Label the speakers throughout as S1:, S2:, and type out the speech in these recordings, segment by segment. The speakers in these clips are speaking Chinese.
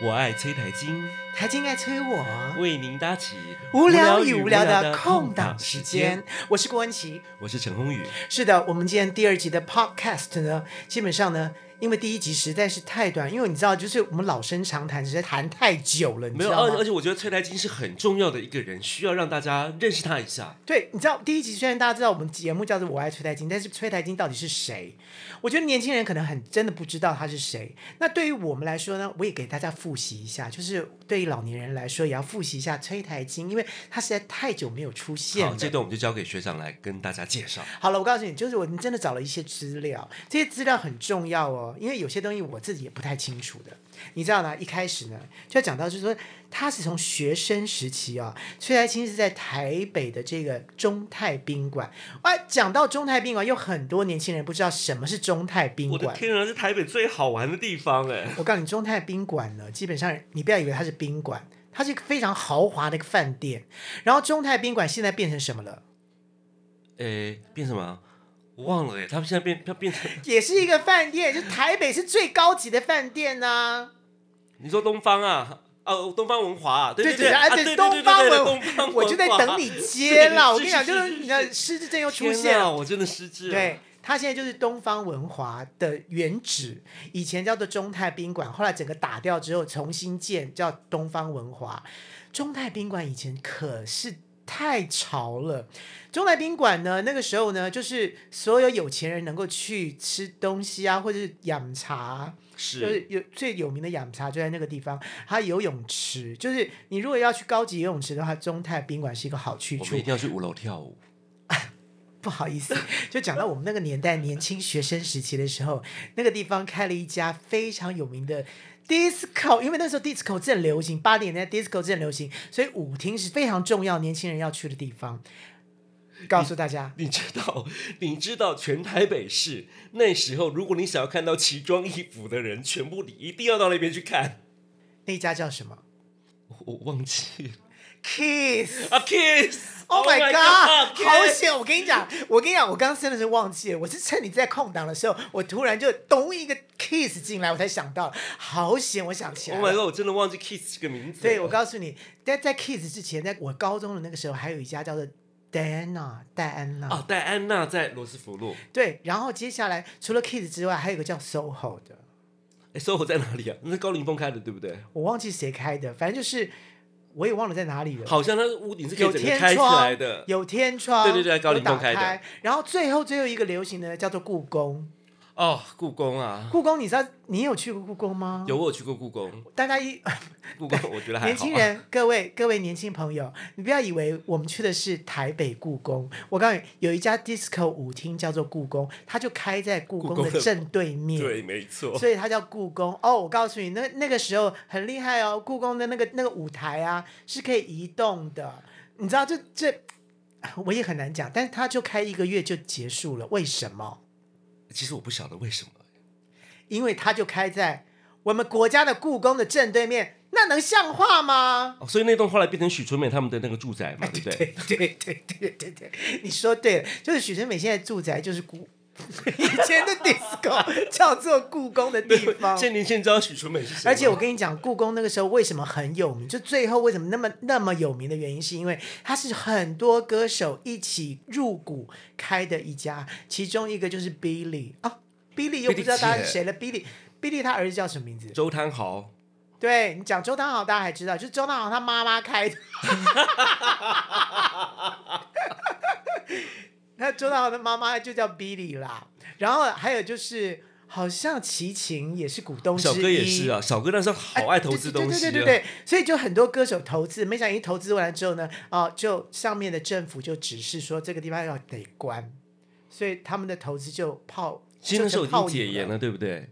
S1: 我爱崔台金，
S2: 台金爱催我。
S1: 为您搭起
S2: 无聊与无聊的空档时间。，我是郭文琪。
S1: 我是陈宏宇。
S2: 是的，我们今天第二集的 Podcast 呢，基本上呢，因为第一集实在是太短，因为你知道，就是我们老生常谈，实在谈太久了，你
S1: 没
S2: 知
S1: 有，
S2: 道
S1: 而而
S2: 吗？
S1: 且我觉得崔台金是很重要的一个人，需要让大家认识他一下。
S2: 对，你知道第一集虽然大家知道我们节目叫做《我爱崔台金》，但是崔台金到底是谁？我觉得年轻人可能很真的不知道他是谁。那对于我们来说呢，我也给大家复习一下，就是对于老年人来说，也要复习一下崔台金，因为他实在太久没有出现
S1: 好，
S2: 了。
S1: 这段我们就交给学长来跟大家介绍。
S2: 好了，我告诉你，就是我们真的找了一些资料，这些资料很重要哦，因为有些东西我自己也不太清楚的。你知道呢？一开始呢，就要讲到就是说，他是从学生时期啊、崔台青是在台北的这个中泰宾馆。啊，讲到中泰宾馆，有很多年轻人不知道什么是中泰宾
S1: 我的
S2: 馆。
S1: 天啊，是台北最好玩的地方哎！
S2: 我告诉你，中泰宾馆呢，基本上你不要以为它是宾馆，它是一个非常豪华的一个饭店。然后中泰宾馆现在变成什么了？
S1: 诶，哎变什么？啊我忘了哎，他们现在变，他变成
S2: 也是一个饭店，就台北是最高级的饭店呐、
S1: 你说东方啊，哦，东方文华啊，对
S2: 对
S1: 对，
S2: 啊
S1: 啊
S2: 对
S1: 对对
S2: 东方
S1: 对对对
S2: 文
S1: 东方文，
S2: 我就在等你接 啦。我跟你讲，就是你的失智症又出现
S1: 天啊
S2: 了。
S1: 我真的失智了。
S2: 对，它现在就是东方文华的原址，以前叫做中泰宾馆，后来整个打掉之后重新建，叫东方文华。中泰宾馆以前可是太潮了。中泰宾馆呢，那个时候呢，就是所有有钱人能够去吃东西啊，或者是饮茶啊、就是是有最有名的养茶就在那个地方，还有游泳池。就是你如果要去高级游泳池的话，中泰宾馆是一个好去
S1: 我
S2: 处
S1: 们一。定要去五楼跳舞。
S2: 不好意思，就讲到我们那个年代年轻学生时期的时候，那个地方开了一家非常有名的 disco，因为那时候 disco 正流行，八零年代 disco 正流行，所以舞厅是非常重要年轻人要去的地方。告诉大家，
S1: 你知道，你知道全台北市那时候，如果你想要看到奇装异服的人，全部你一定要到那边去看。
S2: 那一家叫什么
S1: 我我忘记了
S2: ？Kiss。
S1: 啊，Kiss。
S2: Oh my god！
S1: god，啊
S2: 好
S1: Kiss
S2: 险！我跟你讲，我跟你讲，我刚刚真的是忘记了，我是趁你在空档的时候，我突然就咚一个 kiss 进来，我才想到，好险！我想起来
S1: ！Oh
S2: 了。
S1: my god！我真的忘记 Kiss 这个名字了。
S2: 对，我告诉你，在在 kiss 之前，在我高中的那个时候，还有一家叫做 Diana 戴安娜。
S1: 啊，戴安娜在罗斯福路。
S2: 对，然后接下来除了 kiss 之外，还有一个叫 SOHO 的，
S1: 哎，搜我在哪里啊？那是高凌风开的，对不对？
S2: 我忘记谁开的，反正就是我也忘了在哪里了。
S1: 好像它的屋顶是可
S2: 有
S1: 以整个
S2: 天
S1: 开起来
S2: 窗
S1: 的。
S2: 有天窗，
S1: 对对对高
S2: 有
S1: 凌风
S2: 打
S1: 开的
S2: 开。然后最后最后一个流行的叫做故宫。
S1: 哦，故宫啊，
S2: 故宫，你知道你有去过故宫吗？
S1: 有我有去过故宫，
S2: 大 家一
S1: 故宫我觉得还好。啊
S2: 年轻人， 各位各位年轻朋友，你不要以为我们去的是台北故宫。我告诉你，有一家 disco 舞厅叫做故宫，它就开在故
S1: 故
S2: 宫
S1: 宫
S2: 的
S1: 的
S2: 正对面。
S1: 对，没错。
S2: 所以它叫故宫哦。我告诉你，那那个时候很厉害哦，故宫的那个那个舞台啊是可以移动的，你知道这这。我也很难讲，但是它就开一个月就结束了，为什么？
S1: 其实我不晓得为什么。
S2: 因为它就开在我们国家的故宫的正对面，那能像话吗？
S1: 哦，所以那栋后来变成许纯美他们的那个住宅嘛，对不对？
S2: 哎对对对对对对，你说对了，就是许纯美现在住宅就是故 以前的 disco 叫做故宫 的地方。
S1: 现年轻人知道许纯美是谁吗，
S2: 而且我跟你讲，故宫那个时候为什么很有名？就最后为什么那么那么有名的原因，是因为它是很多歌手一起入股开的一家，其中一个就是 Billy 啊，Billy 又不知道大家是谁了。Billy Billy 他儿子叫什么名字？
S1: 周汤豪，
S2: 对你讲周汤豪，大家还知道，就是周汤豪他妈妈开的。 那周汤豪的妈妈就叫 Billy 啦，然后还有就是，好像齐秦也是股东之一，哎
S1: 小哥也是啊，小哥那时候好爱投资东西、啊
S2: 对对对对对，所以就很多歌手投资，没想到一投资完了之后呢，哦、就上面的政府就指示说这个地方要得关，所以他们的投资就泡，
S1: 其实那时候
S2: 就
S1: 已
S2: 成泡
S1: 经
S2: 影
S1: 解严
S2: 了。
S1: 了，对不对？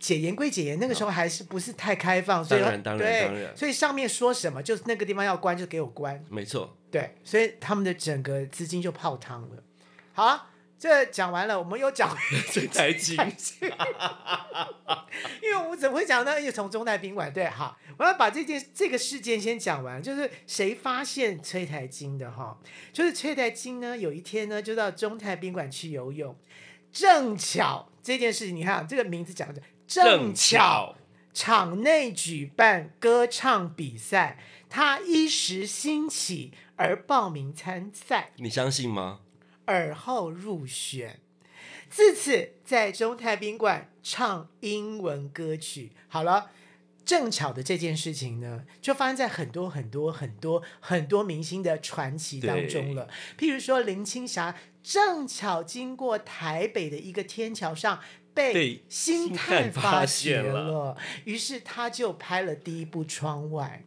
S2: 解严归解严，那个时候还是不是太开放，所以
S1: 嗯当然当然
S2: 对
S1: 当然
S2: 所以上面说什么就是那个地方要关就给我关，
S1: 没错，
S2: 对，所以他们的整个资金就泡汤了。好、啊，这讲完了，我们又 讲
S1: 这台金
S2: 因为我们怎么会讲到又从中泰宾馆？对，好，我要把这件这个事件先讲完，就是谁发现崔台金的哈？就是崔台金呢，有一天呢就到中泰宾馆去游泳，正巧这件事情，你看这个名字讲的。正巧，场内举办歌唱比赛，他一时兴起而报名参赛，
S1: 你相信吗？
S2: 而后入选。自此，在中泰宾馆唱英文歌曲。好了，正巧的这件事情呢，就发生在很多很多很多很多明星的传奇当中了。譬如说，林青霞正巧经过台北的一个天桥上。被
S1: 被
S2: 星
S1: 星
S2: 探
S1: 探
S2: 发
S1: 发现
S2: 掘
S1: 了
S2: 了，于是他就拍了第一部《窗外》，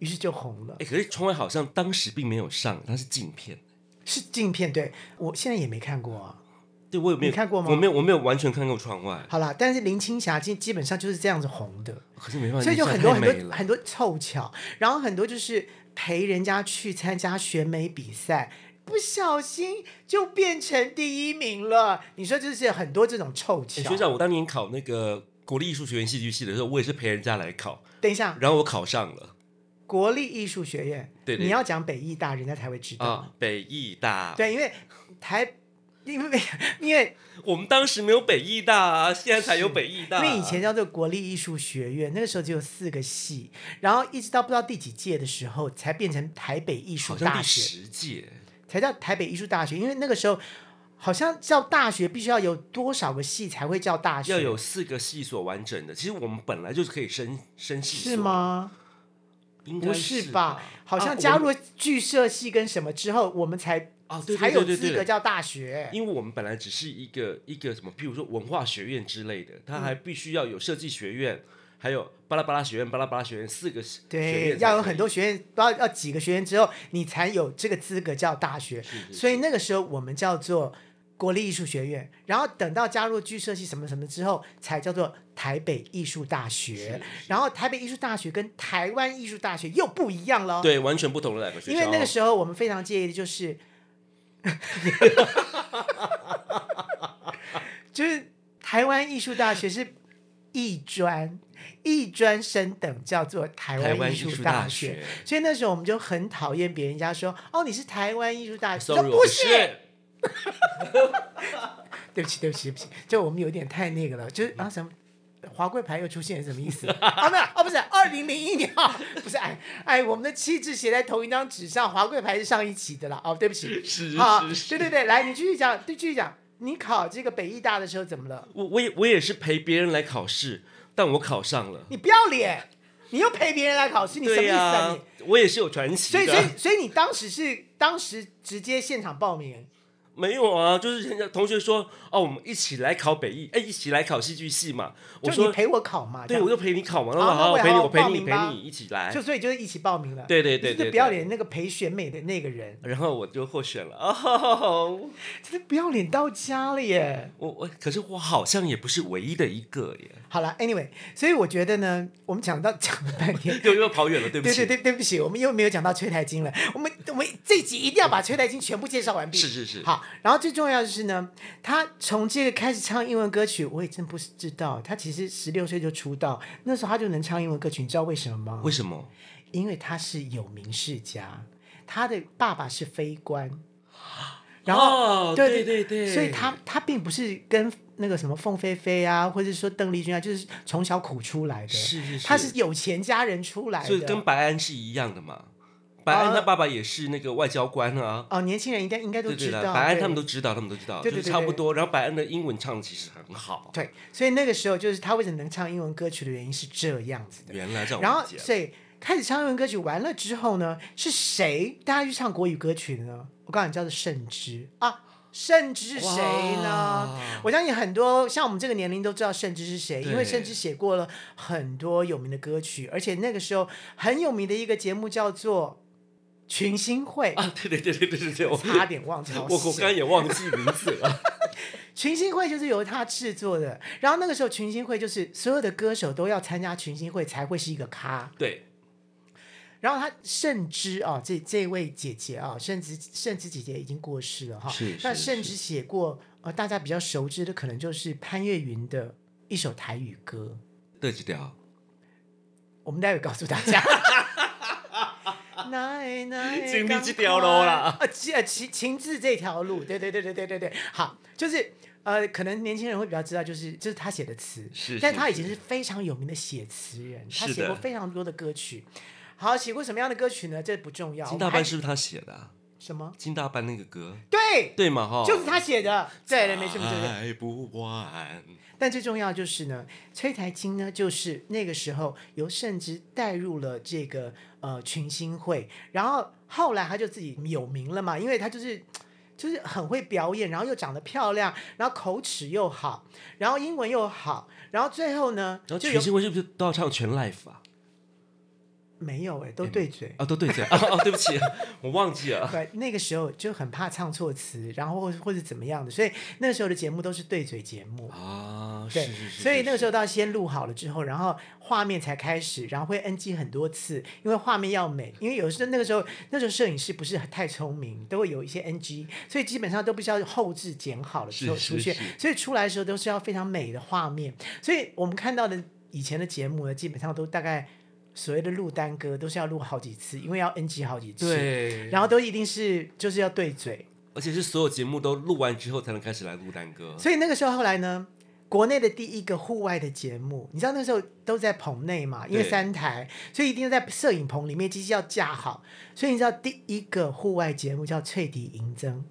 S2: 于是就红了。
S1: 哎，可是窗外好像当时并没有上，它是禁片。
S2: 是镜片，对我现在也没看过、啊。
S1: 对我也没有
S2: 你看过吗
S1: 我没有，我没有完全看过窗外，
S2: 好啦，但是林青霞基基本上就是这样子红的。
S1: 可是没办法，
S2: 所以就
S1: 林
S2: 很
S1: 青霞
S2: 多很
S1: 太美
S2: 多
S1: 了。
S2: 很多凑巧，然后很多就是陪人家去参加选美比赛，不小心就变成第一名了。你说就是很多这种凑
S1: 哎
S2: 巧
S1: 学。长，我当年考那个国立艺术学院戏剧系的时候，我也是陪人家来考，
S2: 等一下，
S1: 然后我考上了
S2: 国立艺术学院，
S1: 对对
S2: 你要讲北艺大，人家才会知道。
S1: 啊，北艺大。，
S2: 对，因为台，因为 因为
S1: 我们当时没有北艺大啊，现在才有
S2: 是
S1: 北艺大。啊
S2: 因为以前叫做国立艺术学院，那个时候只有四个系，然后一直到不知道第几届的时候，才变成台北艺术
S1: 好像
S2: 大
S1: 第
S2: 学。
S1: 十届，
S2: 才叫台北艺术大学，因为那个时候好像叫大学必须要有多少个系才会叫大学，
S1: 要有四个系所完整的。其实我们本来就是可以升升系所，
S2: 是？吗？
S1: 应该
S2: 不
S1: 是啊
S2: 是吧？好像加入了剧社系跟什么之后，我们才
S1: 啊，对
S2: 才
S1: 对
S2: 有
S1: 对对
S2: 资
S1: 对
S2: 格叫大学。
S1: 因为我们本来只是一个一个什么，譬如说文化学院之类的，它
S2: 嗯
S1: 还必须要有设计学院，还有巴拉巴拉学院、巴拉巴拉学院四个学学
S2: 对，
S1: 院才
S2: 要有
S1: 可以
S2: 很多学院，不知道要几个学院之后，你才有这个资格叫大学。
S1: 是是
S2: 所以那个时候我们叫做国立艺术学院，然后等到加入剧社系什么什么之后，才叫做台北艺术大学。然后台北艺术大学跟台湾艺术大学又不一样了。
S1: 对完全不同的两个学校，
S2: 因为那个时候我们非常介意的就是， 就是台湾艺术大学是艺专，艺专生等叫做台
S1: 哦台
S2: 湾
S1: 湾
S2: 艺
S1: 艺
S2: 术
S1: 术
S2: 大
S1: 大
S2: 学
S1: 学。
S2: 所以那时候我们就很讨厌别人家说：“哦，你是台湾艺术大学。”
S1: ，sorry，我
S2: 说不
S1: 不
S2: 是，
S1: 是，
S2: 对不起，对不起，对不起，就我们有点太那个了，就是啊什么。华贵牌又出现是什么意思？啊，没有，哦，不是，二零零一年啊，不是，哎哎，我们的气质写在同一张纸上，华贵牌是上一期的啦。哦，对不起，
S1: 是是
S2: 好，
S1: 是
S2: 对对对，来，你继续讲，对，继续讲。你考这个北艺大的时候怎么了？
S1: 我我也我也是陪别人来考试，但我考上了。
S2: 你不要脸，你又陪别人来考试，你什么
S1: 对
S2: 意思
S1: 呀、
S2: 啊？你
S1: 我也是有传奇
S2: 所
S1: 的。
S2: 以，所以，所以你当时是当时直接现场报名，
S1: 没有啊，就是人家同学说哦，我们一起来考北艺，哎，一起来考戏剧系嘛。我
S2: 就你
S1: 说
S2: 陪我考嘛？
S1: 对，
S2: 这样
S1: 我就陪你考嘛。然
S2: 好
S1: 后
S2: 那
S1: 好，
S2: 我也
S1: 陪你，
S2: 好好
S1: 我陪
S2: 报
S1: 你，
S2: 名
S1: 陪
S2: 吧
S1: 你一起来。
S2: 就所以就是一起报名了。
S1: 哎对对对
S2: 就是
S1: 对
S2: 不要
S1: 对
S2: 脸那个陪选美的那个人，
S1: 然后我就获选了。哦，
S2: 真的不要脸到家了耶！
S1: 我我可是我好像也不是唯一的一个耶，
S2: 好了，anyway，所以我觉得呢，我们讲到讲了半天，
S1: 又又跑远 了，对不
S2: 对
S1: 起。
S2: 对对，对不起，我们又没有讲到崔台金了。我们我们这一集一定要把崔台金全部介绍完毕。
S1: 是是是
S2: 好，然后最重要的是呢，他从这个开始唱英文歌曲，我也真不知道，他其实十六岁就出道，那时候他就能唱英文歌曲，你知道为什么吗？
S1: 为什么？
S2: 因为他是有名世家，他的爸爸是非 官，然后。
S1: 哦、
S2: 对
S1: 对对对，
S2: 所以他他并不是跟那个什么凤飞飞啊，或者说邓丽君啊，就是从小苦出来的，
S1: 是是是
S2: 他是有钱家人出来的，呃
S1: 所以跟白安是一样的嘛。白安他爸爸也是那个外交官啊，
S2: 哦，年轻人应该应该都
S1: 对对
S2: 知
S1: 的，
S2: 道，
S1: 白安
S2: 对
S1: 他们都知道，他们都知道，
S2: 对对对
S1: 就是差不多。然后白安的英文唱的其实很好，
S2: 对，所以那个时候就是他为什么能唱英文歌曲的原因是这样子的。
S1: 原来这样
S2: 然后，
S1: 解
S2: 所以开始唱英文歌曲完了之后呢，是谁大家去唱国语歌曲的呢？我告诉你，叫做盛之啊，盛之是谁呢
S1: 哇？
S2: 我相信很多像我们这个年龄都知道盛之是谁，因为
S1: 对
S2: 盛之写过了很多有名的歌曲，而且那个时候很有名的一个节目叫做《群星会》。
S1: 啊，对对对对对对对，我
S2: 差点忘记好
S1: 我我刚
S2: 写
S1: 刚也忘记名字 了，
S2: 群星会就是由他制作的，然后那个时候群星会就是所有的歌手都要参加群星会才会是一个咖。
S1: 对，
S2: 然后他甚至啊、这这位姐姐啊、甚至甚至姐姐已经过世了哈、
S1: 是是
S2: 那甚至写过呃大家比较熟知的可能就是潘越云的一首台语歌，
S1: 对，这条
S2: 我们待会告诉大家。奶奶，
S1: 经历这
S2: 这
S1: 条路啦
S2: 呃，情呃情情字这条路，对对对对对对对，好，就是呃，可能年轻人会比较知道，就是就是他写的词，
S1: 是
S2: 但
S1: 是
S2: 他已
S1: 是
S2: 经是非常有名的写词人，他
S1: 是
S2: 写过
S1: 的
S2: 非常多的歌曲。好，写过什么样的歌曲呢？这不重要。
S1: 金
S2: 我
S1: 大
S2: 们
S1: 班
S2: 还
S1: 是不是他写的、啊？
S2: 什么？
S1: 金大班那个歌，
S2: 对，
S1: 对嘛哈？
S2: 就是他写
S1: 哦
S2: 的。对对，没错没错。没错
S1: 爱不完。
S2: 但最重要就是呢，崔台青呢，就是那个时候由甚至带入了这个呃群星会，然后后来他就自己有名了嘛，因为他就是。就是很会表演，然后又长得漂亮，然后口齿又好，然后英文又好，然后最后呢，
S1: 然后
S2: 就
S1: 全
S2: 有
S1: 新会是不是都要唱全 life 啊？
S2: 没有哎、都对嘴。
S1: 啊，都对对啊， 哦对不起，我忘记了。
S2: 对，那个时候就很怕唱错词，然后或或者怎么样的，所以那个时候的节目都是对嘴节目。
S1: 啊，是
S2: 对，
S1: 是是是。
S2: 所以那个时
S1: 候
S2: 候到先录好了之后，然后画面才开始，然后会 NG 很多次，因为画面要美，因为有时候那个时候那时候摄影师不是太聪明，都会有一些 NG，所以基本上都不需要后置剪好了之后
S1: 是
S2: 出
S1: 是
S2: 现，
S1: 是
S2: 所以出来的时候都是要非常美的画面，所以我们看到的以前的节目呢，基本上都大概。所谓的录单歌都是要录好几次，因为要 NG 好几次，
S1: 对，
S2: 然后都一定是就是要对嘴，
S1: 而且是所有节目都录完之后才能开始来录单歌。
S2: 所以那个时候后来呢，国内的第一个户外的节目，你知道那时候都在棚内嘛，因为
S1: 对
S2: 三台，所以一定在摄影棚里面，机器要架好。所以你知道第一个户外节目叫《翠笛银针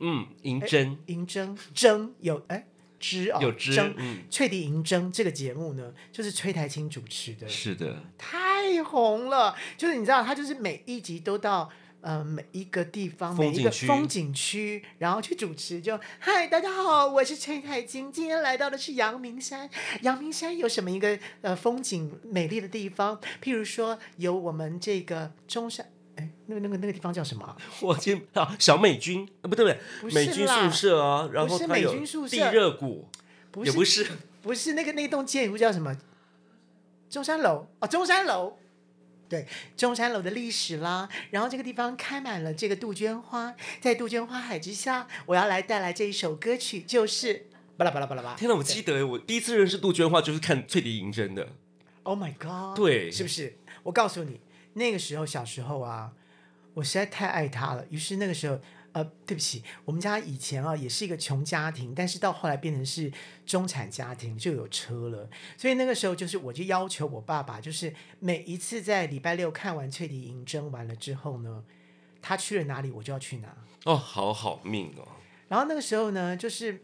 S1: 嗯，银针》，
S2: 银针针有哎枝哎哦，
S1: 有知
S2: 针，
S1: 嗯，
S2: 翠笛银针这个节目呢，就是崔台青主持的，
S1: 是的，
S2: 太红了。就是你知道，他就是每一集都到呃每一个地方，
S1: 风
S2: 每
S1: 景
S2: 一个
S1: 区
S2: 风景区，然后去主持就。嗨，大家好，我是陈海金，今天来到的是阳明山。阳明山有什么一个呃风景美丽的地方？譬如说有我们这个中山。哎，那个那个那个地方叫什么啊？
S1: 我今啊小美军啊，不对不
S2: 不
S1: 对，
S2: 是
S1: 美军宿
S2: 啦
S1: 舍啊，然
S2: 不
S1: 后
S2: 是
S1: 它
S2: 美
S1: 有
S2: 军宿
S1: 地
S2: 舍
S1: 热谷，
S2: 不
S1: 也
S2: 是
S1: 不是，
S2: 不是那个那栋建筑叫什么？中山楼哦，中山楼。对中山楼的历史啦，然后这个地方开满了这个杜鹃花，在杜鹃花海之下，我要来带来这一首歌曲，就是巴拉巴拉巴拉巴。
S1: 天哪，我记得我第一次认识杜鹃花就是看《翠笛银针》的，
S2: Oh my god！
S1: 对
S2: 是不是？我告诉你，那个时候小时候啊，我实在太爱他了。于是那个时候，呃，对不起，我们家以前啊也是一个穷家庭，但是到后来变成是中产家庭，就有车了。所以那个时候就是，我就要求我爸爸，就是每一次在礼拜六看完《翠笛银针》完了之后呢，他去了哪里，我就要去哪。
S1: 哦，好好命哦，
S2: 然后那个时候呢，就是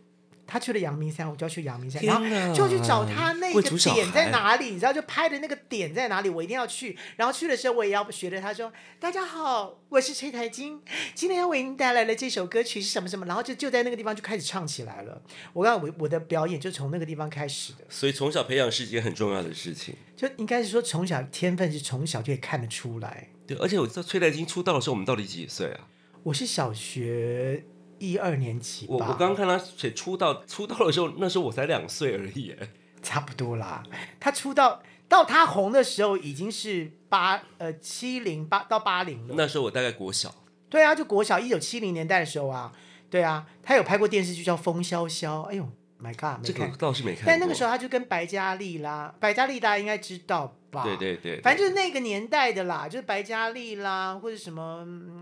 S2: 他去了阳明山，我就要去阳明山，
S1: 天
S2: 然后
S1: 哪
S2: 就去找他那
S1: 为
S2: 个
S1: 主小
S2: 点在
S1: 孩
S2: 哪里，你知道，就拍的那个点在哪里，我一定要去。然后去的时候，我也要学着他说：“大家好，我是崔台金，今天为您带来了这首歌曲是什么什么。”然后就就在那个地方就开始唱起来了。我告诉我我的表演就从那个地方开始的，
S1: 所以从小培养是一件很重要的事情。
S2: 就应该是说从小天分是从小就可以看得出来。
S1: 对，而且我知道崔黛金出道的时候，我们到底几岁啊？
S2: 我是小学一二年级吧，
S1: 我我刚看他写出道出道的时候，那时候我才两岁而已耶。
S2: 差不多啦。他出道到他红的时候已经是八呃七零八到八零了。
S1: 那时候我大概国小，
S2: 对啊，就国小一九七零年代的时候啊，对啊，他有拍过电视剧叫《风萧萧》，哎呦，My God，
S1: 这
S2: 没
S1: 个
S2: 看。
S1: 我倒是没看过。
S2: 但那个时候他就跟白嘉莉啦，白嘉莉大家应该知道吧？
S1: 对对对，
S2: 反正就是那个年代的啦，就是白嘉莉啦，或者什么，嗯、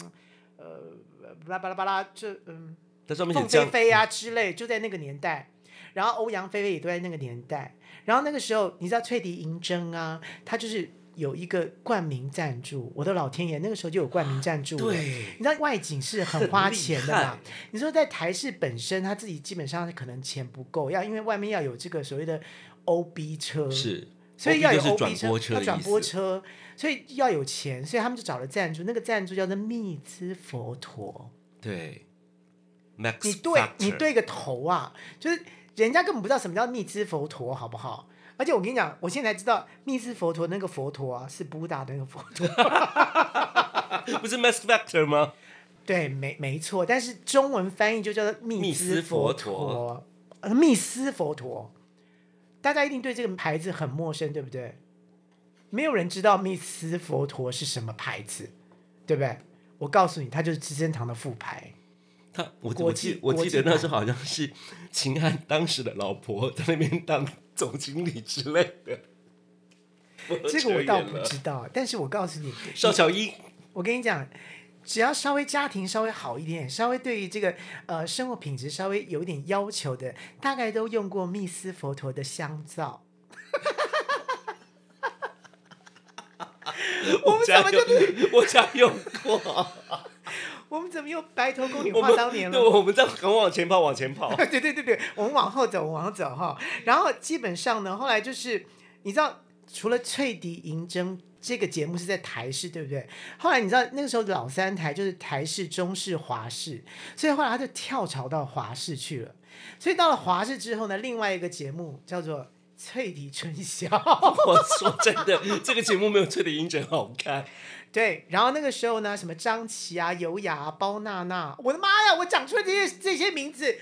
S2: 呃，巴拉巴拉巴拉，这嗯。
S1: 它上面写
S2: 凤
S1: 这
S2: 飞
S1: 样，
S2: 飞啊之类，就在那个年代。然后欧阳菲菲也都在那个年代。然后那个时候，你知道翠笛银针啊，它就是有一个冠名赞助。我的老天爷，那个时候就有冠名赞助了。
S1: 对，
S2: 你知道外景是很花钱的
S1: 很
S2: 嘛
S1: 厉？
S2: 你说在台视本身，他自己基本上可能钱不够，要因为外面要有这个所谓的 OB 车，
S1: 是，
S2: 所以要有
S1: 就是
S2: OB
S1: 转播车
S2: 要
S1: 的
S2: 转
S1: 意
S2: 播
S1: 思。
S2: 车，所以要有钱，所以他们就找了赞助，那个赞助叫做密兹佛陀。
S1: 对，Max，
S2: 你对
S1: Factor
S2: 你，对个头啊！就是人家根本不知道什么叫密兹佛陀，好不好？而且我跟你讲，我现在才知道密兹佛陀那个佛陀啊，是布达的那个佛陀。
S1: 不是 Max Factor 吗？
S2: 对，没没错，但是中文翻译就叫做密兹佛
S1: 密斯佛
S2: 陀，呃，密斯佛陀。大家一定对这个牌子很陌生，对不对？没有人知道密斯佛陀是什么牌子，对不对？我告诉你，它就是资生堂的副牌。
S1: 他我我
S2: 国际
S1: 记我
S2: 国
S1: 记
S2: 际
S1: 得那
S2: 版
S1: 时候好像是秦汉当时的老婆在那边当总经理之类的。
S2: 这个
S1: 扯
S2: 我
S1: 远
S2: 倒不
S1: 了
S2: 知道，但是我告诉你，
S1: 邵乔英
S2: 我跟你讲，只要稍微家庭稍微好一点，稍微对于这个呃生活品质稍微有一点要求的，大概都用过密斯佛陀的香皂。我们怎么就
S1: 就我家用过？
S2: 我们怎么又白头宫女
S1: 我
S2: 话
S1: 们
S2: 当年了
S1: 对，？我们在赶往前跑，往前跑。
S2: 对对对对，我们往后走，我们往后走哈。然后基本上呢，后来就是你知道，除了《翠笛银针》这个节目是在台视，对不对？后来你知道那个时候老三台就是台视、中视、华视，所以后来他就跳槽到华视去了。所以到了华视之后呢，另外一个节目叫做《翠笛春宵》。
S1: 我说真的，这个节目没有《翠的音准好看。
S2: 对，然后那个时候呢，什么张琪啊、尤雅、啊、包娜娜，我的妈呀，我讲出来这些这些名字，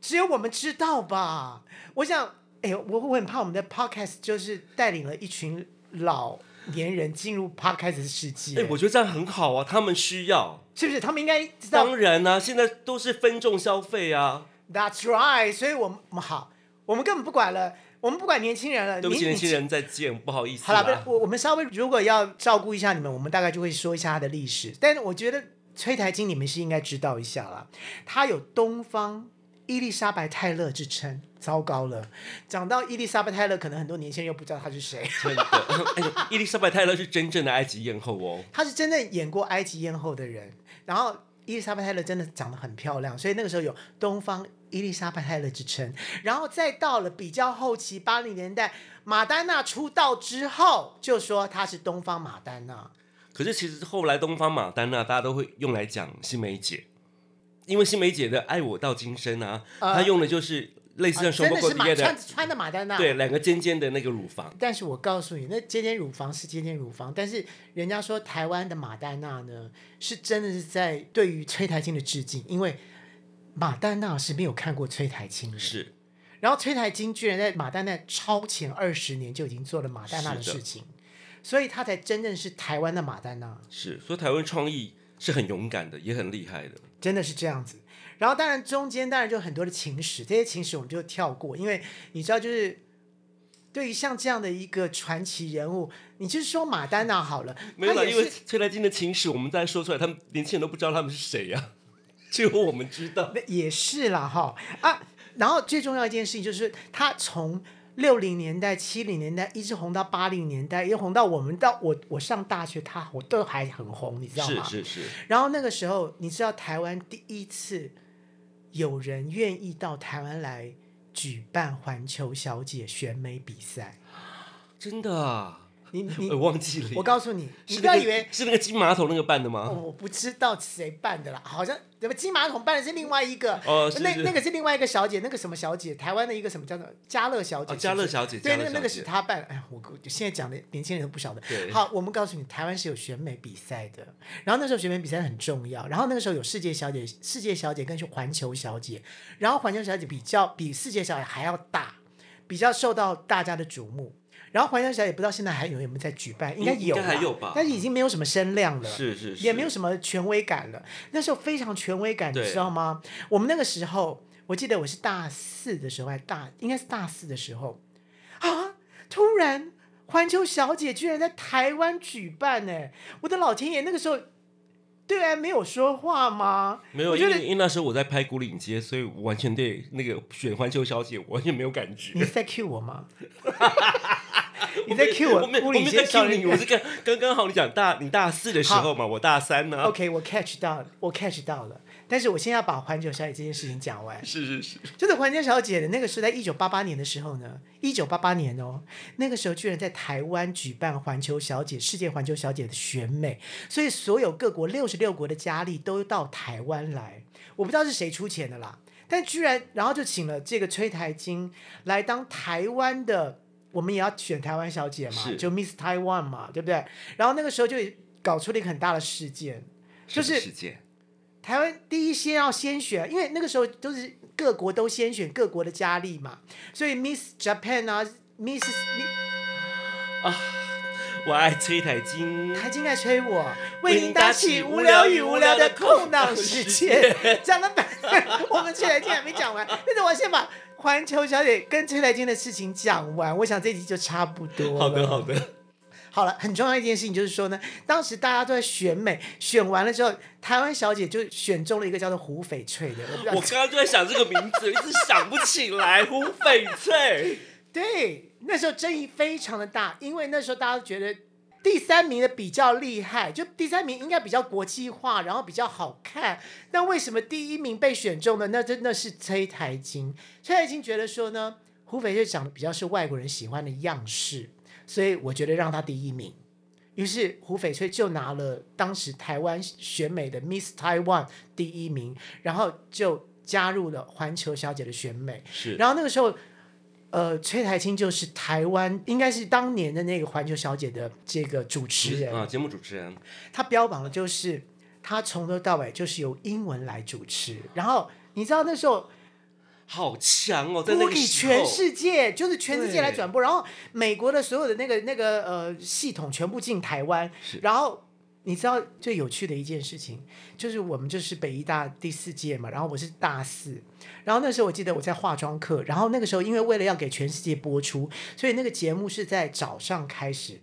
S2: 只有我们知道吧？我想，哎，我我很怕我们的 podcast 就是带领了一群老年人进入 podcast 的世界，
S1: 哎，我觉得这样很好啊，他们需要。
S2: 是不是？他们应该知道
S1: 当然啦、现在都是分众消费啊。
S2: that's right，所以我们我们好，我们根本不管了，我们不管年轻人了，
S1: 对不起，
S2: 你
S1: 年轻。
S2: 你
S1: 人，再见，不好意思
S2: 好
S1: 啦。
S2: 了，不是我我们稍微如果要照顾一下你们，我们大概就会说一下它的历史。但是我觉得崔台金你们是应该知道一下啦，它有东方伊丽莎白泰勒之称。糟糕了，讲到伊丽莎白泰勒，可能很多年轻人又不知道她是谁。
S1: 真的， 哎，伊丽莎白泰勒是真正的埃及艳后哦。
S2: 她是真正演过埃及艳后的人，然后伊丽莎白泰勒真的长得很漂亮，所以那个时候有东方伊丽莎白泰勒之称。然后再到了比较后期八零年代，马丹娜出道之后，就说她是东方马丹娜。
S1: 可是其实后来东方马丹娜、大家都会用来讲新梅姐，因为新梅姐的《爱我到今生》啊，
S2: 呃
S1: 她用的就是类似像熊
S2: 啊
S1: 猫
S2: 真的
S1: 狗
S2: 是
S1: 毕
S2: 马
S1: 业的，
S2: 穿穿的马丹娜。
S1: 对，，两个尖尖的那个乳房。
S2: 但是我告诉你，那接天乳房是接天乳房，但是人家说台湾的马丹娜呢，是真的是在对于崔台青的致敬，因为马丹娜是没有看过崔台青的。
S1: 是，
S2: 然后崔台金居然在马丹娜超前二十年就已经做了马丹娜的
S1: 是的
S2: 事情，所以他才真正是台湾的马丹娜，
S1: 是，所以台湾创意是很勇敢的，也很厉害的。
S2: 真的是这样子。然后当然中间当然就很多的情史，这些情史我们就跳过，因为你知道就是。对于像这样的一个传奇人物，你就是说马丹娜好了，
S1: 没有
S2: 她
S1: 啦，
S2: 也
S1: 因
S2: 是
S1: 为崔莱金的情史，我们再说出来，他们年轻人都不知道他们是谁呀、只有我们知道。
S2: 那也是啦哈啊。然后最重要一件事情就是，他从六零年代、七零年代一直红到八零年代，又红到我们到我我上大学，他我都还很红，你知道
S1: 是
S2: 吗？
S1: 是是，
S2: 然后那个时候，你知道台湾第一次有人愿意到台湾来举办环球小姐选美比赛，
S1: 真的啊，
S2: 你 你
S1: 我、忘记了耶。
S2: 我告诉你，你
S1: 是
S2: 不
S1: 那
S2: 要
S1: 个
S2: 以为。
S1: 是那个金马桶那个办的
S2: 哦
S1: 吗？
S2: 我不知道谁办的啦，好像怎么金马桶办的是另外一个，
S1: 哦是
S2: 呃那
S1: 是
S2: 那个是另外一个小姐，那个什么小姐，台湾的一个什么叫做嘉乐小姐，
S1: 哦嘉乐小姐
S2: 是不是对，
S1: 嘉乐
S2: 那个那个
S1: 小姐
S2: 是她办，哎呀，我我现在讲的年轻人都不晓得
S1: 对。
S2: 好，我们告诉你，台湾是有选美比赛的，然后那时候选美比赛很重要，然后那个时候有世界小姐、世界小姐跟环球小姐，然后环球小姐比较比世界小姐还要大，比较受到大家的瞩目。然后环球小姐不知道现在还有没有在举办，应该
S1: 应
S2: 有
S1: 应
S2: 啦，
S1: 该还有吧
S2: 但是已经没有什么声量了。
S1: 是是是，
S2: 也没有什么权威感了。那时候非常权威感，你
S1: 对
S2: 知道吗？我们那个时候，我记得我是大四的时候，还大应该是大四的时候啊，突然环球小姐居然在台湾举办呢、我的老天爷，那个时候对岸没有说话吗？
S1: 没有，
S2: 我
S1: 因
S2: 觉
S1: 为
S2: 得
S1: 因为那时候我在拍《古岭街》，所以我完全对那个选环球小姐我完全没有感
S2: 你
S1: 觉。
S2: 是在 cue 我吗？你在 cue
S1: 我没有
S2: 物
S1: 我没
S2: 理
S1: 有
S2: 介
S1: 在
S2: 绍
S1: cue 你，我是刚刚刚好你讲大你大四的时候嘛，我大三呢、
S2: OK，我 catch 到，我 catch 到了。但是我现在要把环球小姐这件事情讲完。
S1: 是是是，
S2: 就是环球小姐的那个是在一九八八年的时候呢，一九八八年哦，那个时候居然在台湾举办环球小姐世界环球小姐的选美，所以所有各国六十六国的佳丽都到台湾来，我不知道是谁出钱的啦，但居然然后就请了这个崔台金来当台湾的，我们也要选台湾小姐嘛，
S1: 是
S2: 就 Miss Taiwan 嘛，对不对？然后那个时候就搞出了一个很大的事件，就
S1: 什么
S2: 是
S1: 世界
S2: 台湾第一先要先选，因为那个时候都是各国都先选各国的佳丽嘛，所以 Miss Japan 啊，Miss
S1: 我爱崔台金。
S2: 台金在催我，为您打起无聊与无聊的空档时间。讲了半，我们崔台金还没讲完，但是我先把环球小姐跟崔台金的事情讲完，我想这集就差不多了。
S1: 好的好的，
S2: 好了，很重要一件事情就是说呢，当时大家都在选美，选完了之后，台湾小姐就选中了一个叫做胡翡翠的，我不知道
S1: 我刚刚就在想这个名字，一直想不起来，胡翡翠。
S2: 对，那时候争议非常的大，因为那时候大家都觉得第三名的比较厉害，就第三名应该比较国际化，然后比较好看。那为什么第一名被选中的那真的是崔台金？崔台金觉得说呢，胡翡翠长得比较是外国人喜欢的样式，所以我觉得让她第一名。于是胡翡翠就拿了当时台湾选美的 Miss Taiwan 第一名，然后就加入了环球小姐的选美。
S1: 是，
S2: 然后那个时候，呃，崔台青就是台湾应该是当年的那个环球小姐的这个主持人，
S1: 啊，节目主持人，
S2: 她标榜的就是她从头到尾就是由英文来主持。然后你知道那时候
S1: 好强哦，在那
S2: 播
S1: 个
S2: 给
S1: 时候
S2: 全世界，就是全世界来
S1: 对
S2: 转播，然后美国的所有的那个那个呃系统全部进台湾
S1: 是，
S2: 然后。你知道最有趣的一件事情，就是我们就是北医大第四届嘛，然后我是大四，然后那时候我记得我在化妆课，然后那个时候因为为了要给全世界播出，所以那个节目是在早上开始，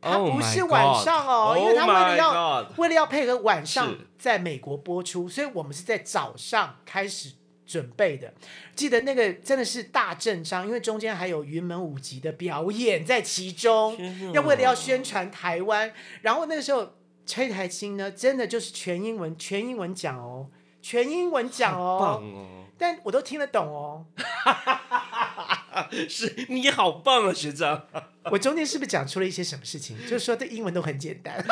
S2: 它
S1: Oh
S2: 不是
S1: my
S2: 晚上哦
S1: God
S2: 因为它为
S1: Oh
S2: 了
S1: my
S2: 要
S1: God
S2: 为了要配合晚上
S1: 是
S2: 在美国播出，所以我们是在早上开始准备的。记得那个真的是大阵仗，因为中间还有云门舞集的表演在其中
S1: 天哪，
S2: 要为了要宣传台湾。然后那个时候崔台青呢，真的就是全英文，全英文讲哦，全英文讲
S1: 棒
S2: 哦，
S1: 哦，
S2: 但我都听得懂哦。
S1: 是你好棒啊，学长。
S2: 我中间是不是讲出了一些什么事情？就是说，对英文都很简 单。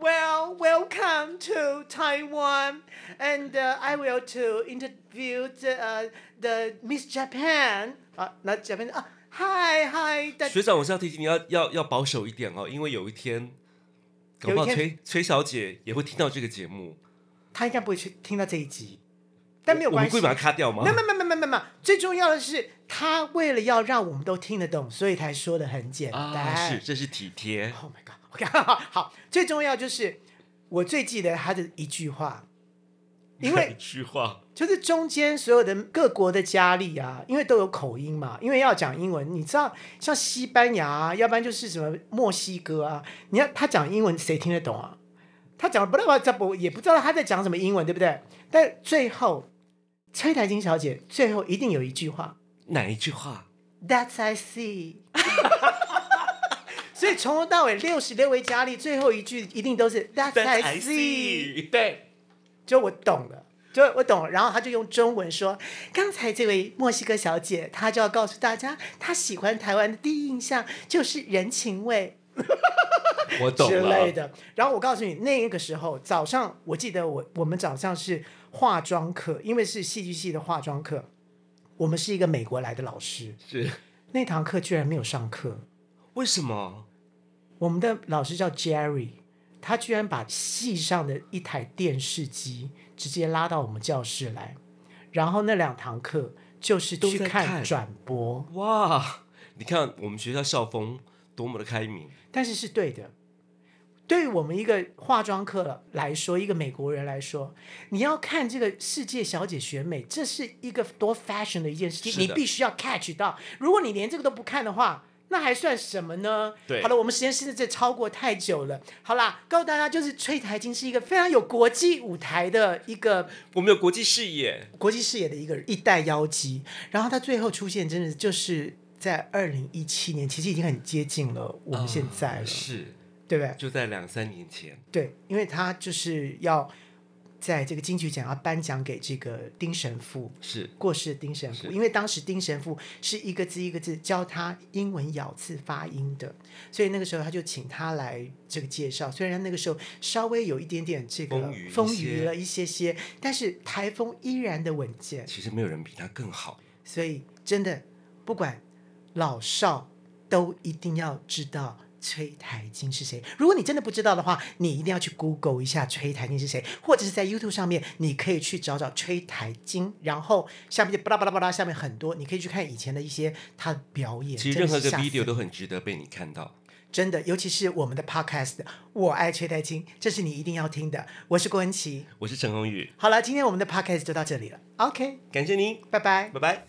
S2: well, welcome to Taiwan, and、I uh, will to interview the、the uh, Miss Japan 啊，那 Japan 啊，Hi Hi，大
S1: 学长，我是要提醒你要要要保守一点哦，因为有一天，搞不好
S2: 有一天
S1: 崔崔小姐也会听到这个节目，
S2: 他应该不会去听到这一集，但没有
S1: 我们
S2: 关系
S1: 故意。把它卡掉吗
S2: 没？有没有没有没有没有，最重要的是，他为了要让我们都听得懂，所以才说的很简单。
S1: 啊，是，这是体贴，
S2: Oh my god！我 刚好好，最重要就是我最记得他的一句话，因
S1: 一
S2: 为
S1: 句话，
S2: 就是中间所有的各国的佳丽啊，因为都有口音嘛，因为要讲英文，你知道像西班牙、啊，要不然就是什么墨西哥啊，你看他讲英文谁听得懂啊？他讲不知道不也不知道他在讲什么英文，对不对？但最后崔台金小姐最后一定有一句话，
S1: 哪一句话？
S2: That's I see 。 所以从头到尾六十六位佳丽，最后一句一定都是 That's
S1: That
S2: I
S1: I
S2: see。
S1: see
S2: 对，就我懂了，就我懂了。然后他就用中文说：“刚才这位墨西哥小姐，她就要告诉大家，她喜欢台湾的第一印象就是人情味。”
S1: 我懂
S2: 之类
S1: 了，
S2: 的。然后我告诉你，那个时候早上，我记得我我们早上是化妆课，因为是戏剧系的化妆课，我们是一个美国来的老师，
S1: 是
S2: 那堂课居然没有上课。
S1: 为什么？
S2: 我们的老师叫 Jerry，他居然把系上的一台电视机直接拉到我们教室来，然后那两堂课就是
S1: 都
S2: 去
S1: 在
S2: 看
S1: 看
S2: 转播，
S1: 哇，你看我们学校校风多么的开明，
S2: 但是是对的。对于我们一个化妆课来说，一个美国人来说，你要看这个世界小姐选美，这是一个多 fashion 的一件事情，
S1: 是的
S2: 你必须要 catch 到。如果你连这个都不看的话，那还算什么呢？
S1: 对
S2: 好了，我们时间是这超过太久了。好啦，告诉大家，就是崔台金是一个非常有国际舞台的一个
S1: 我们有国际视野，
S2: 国际视野的一个一代妖姬，然后她最后出现，真的就是在二零一七年，其实已经很接近了我们现在
S1: 啊
S2: 了，
S1: 是
S2: 对不对？
S1: 就在两三年前，
S2: 对，因为他就是要在这个金曲奖要颁奖给这个丁神父，
S1: 是
S2: 过世的丁神父，
S1: 是
S2: 因为当时丁神父是一个字一个字教他英文咬字发音的，所以那个时候他就请他来这个介绍。虽然那个时候稍微有一点点这个
S1: 风雨一些
S2: 风雨了一些些，但是台风依然的稳健，
S1: 其实没有人比他更好，
S2: 所以真的不管老少都一定要知道崔台金是谁。如果你真的不知道的话，你一定要去 Google 一下崔台金是谁，或者是在 YouTube 上面，你可以去找找崔台金，然后下面就巴拉巴拉巴拉，下面很多，你可以去看以前的一些他的表演。
S1: 其实任何一个
S2: 真的是吓死
S1: video 都很值得被你看到。
S2: 真的，尤其是我们的 Podcast，我爱崔台金，这是你一定要听的。我是郭文琪。
S1: 我是陈宏宇，
S2: 好了，今天我们的 Podcast 就到这里了。OK，
S1: 感谢您，
S2: 拜拜。
S1: 拜拜。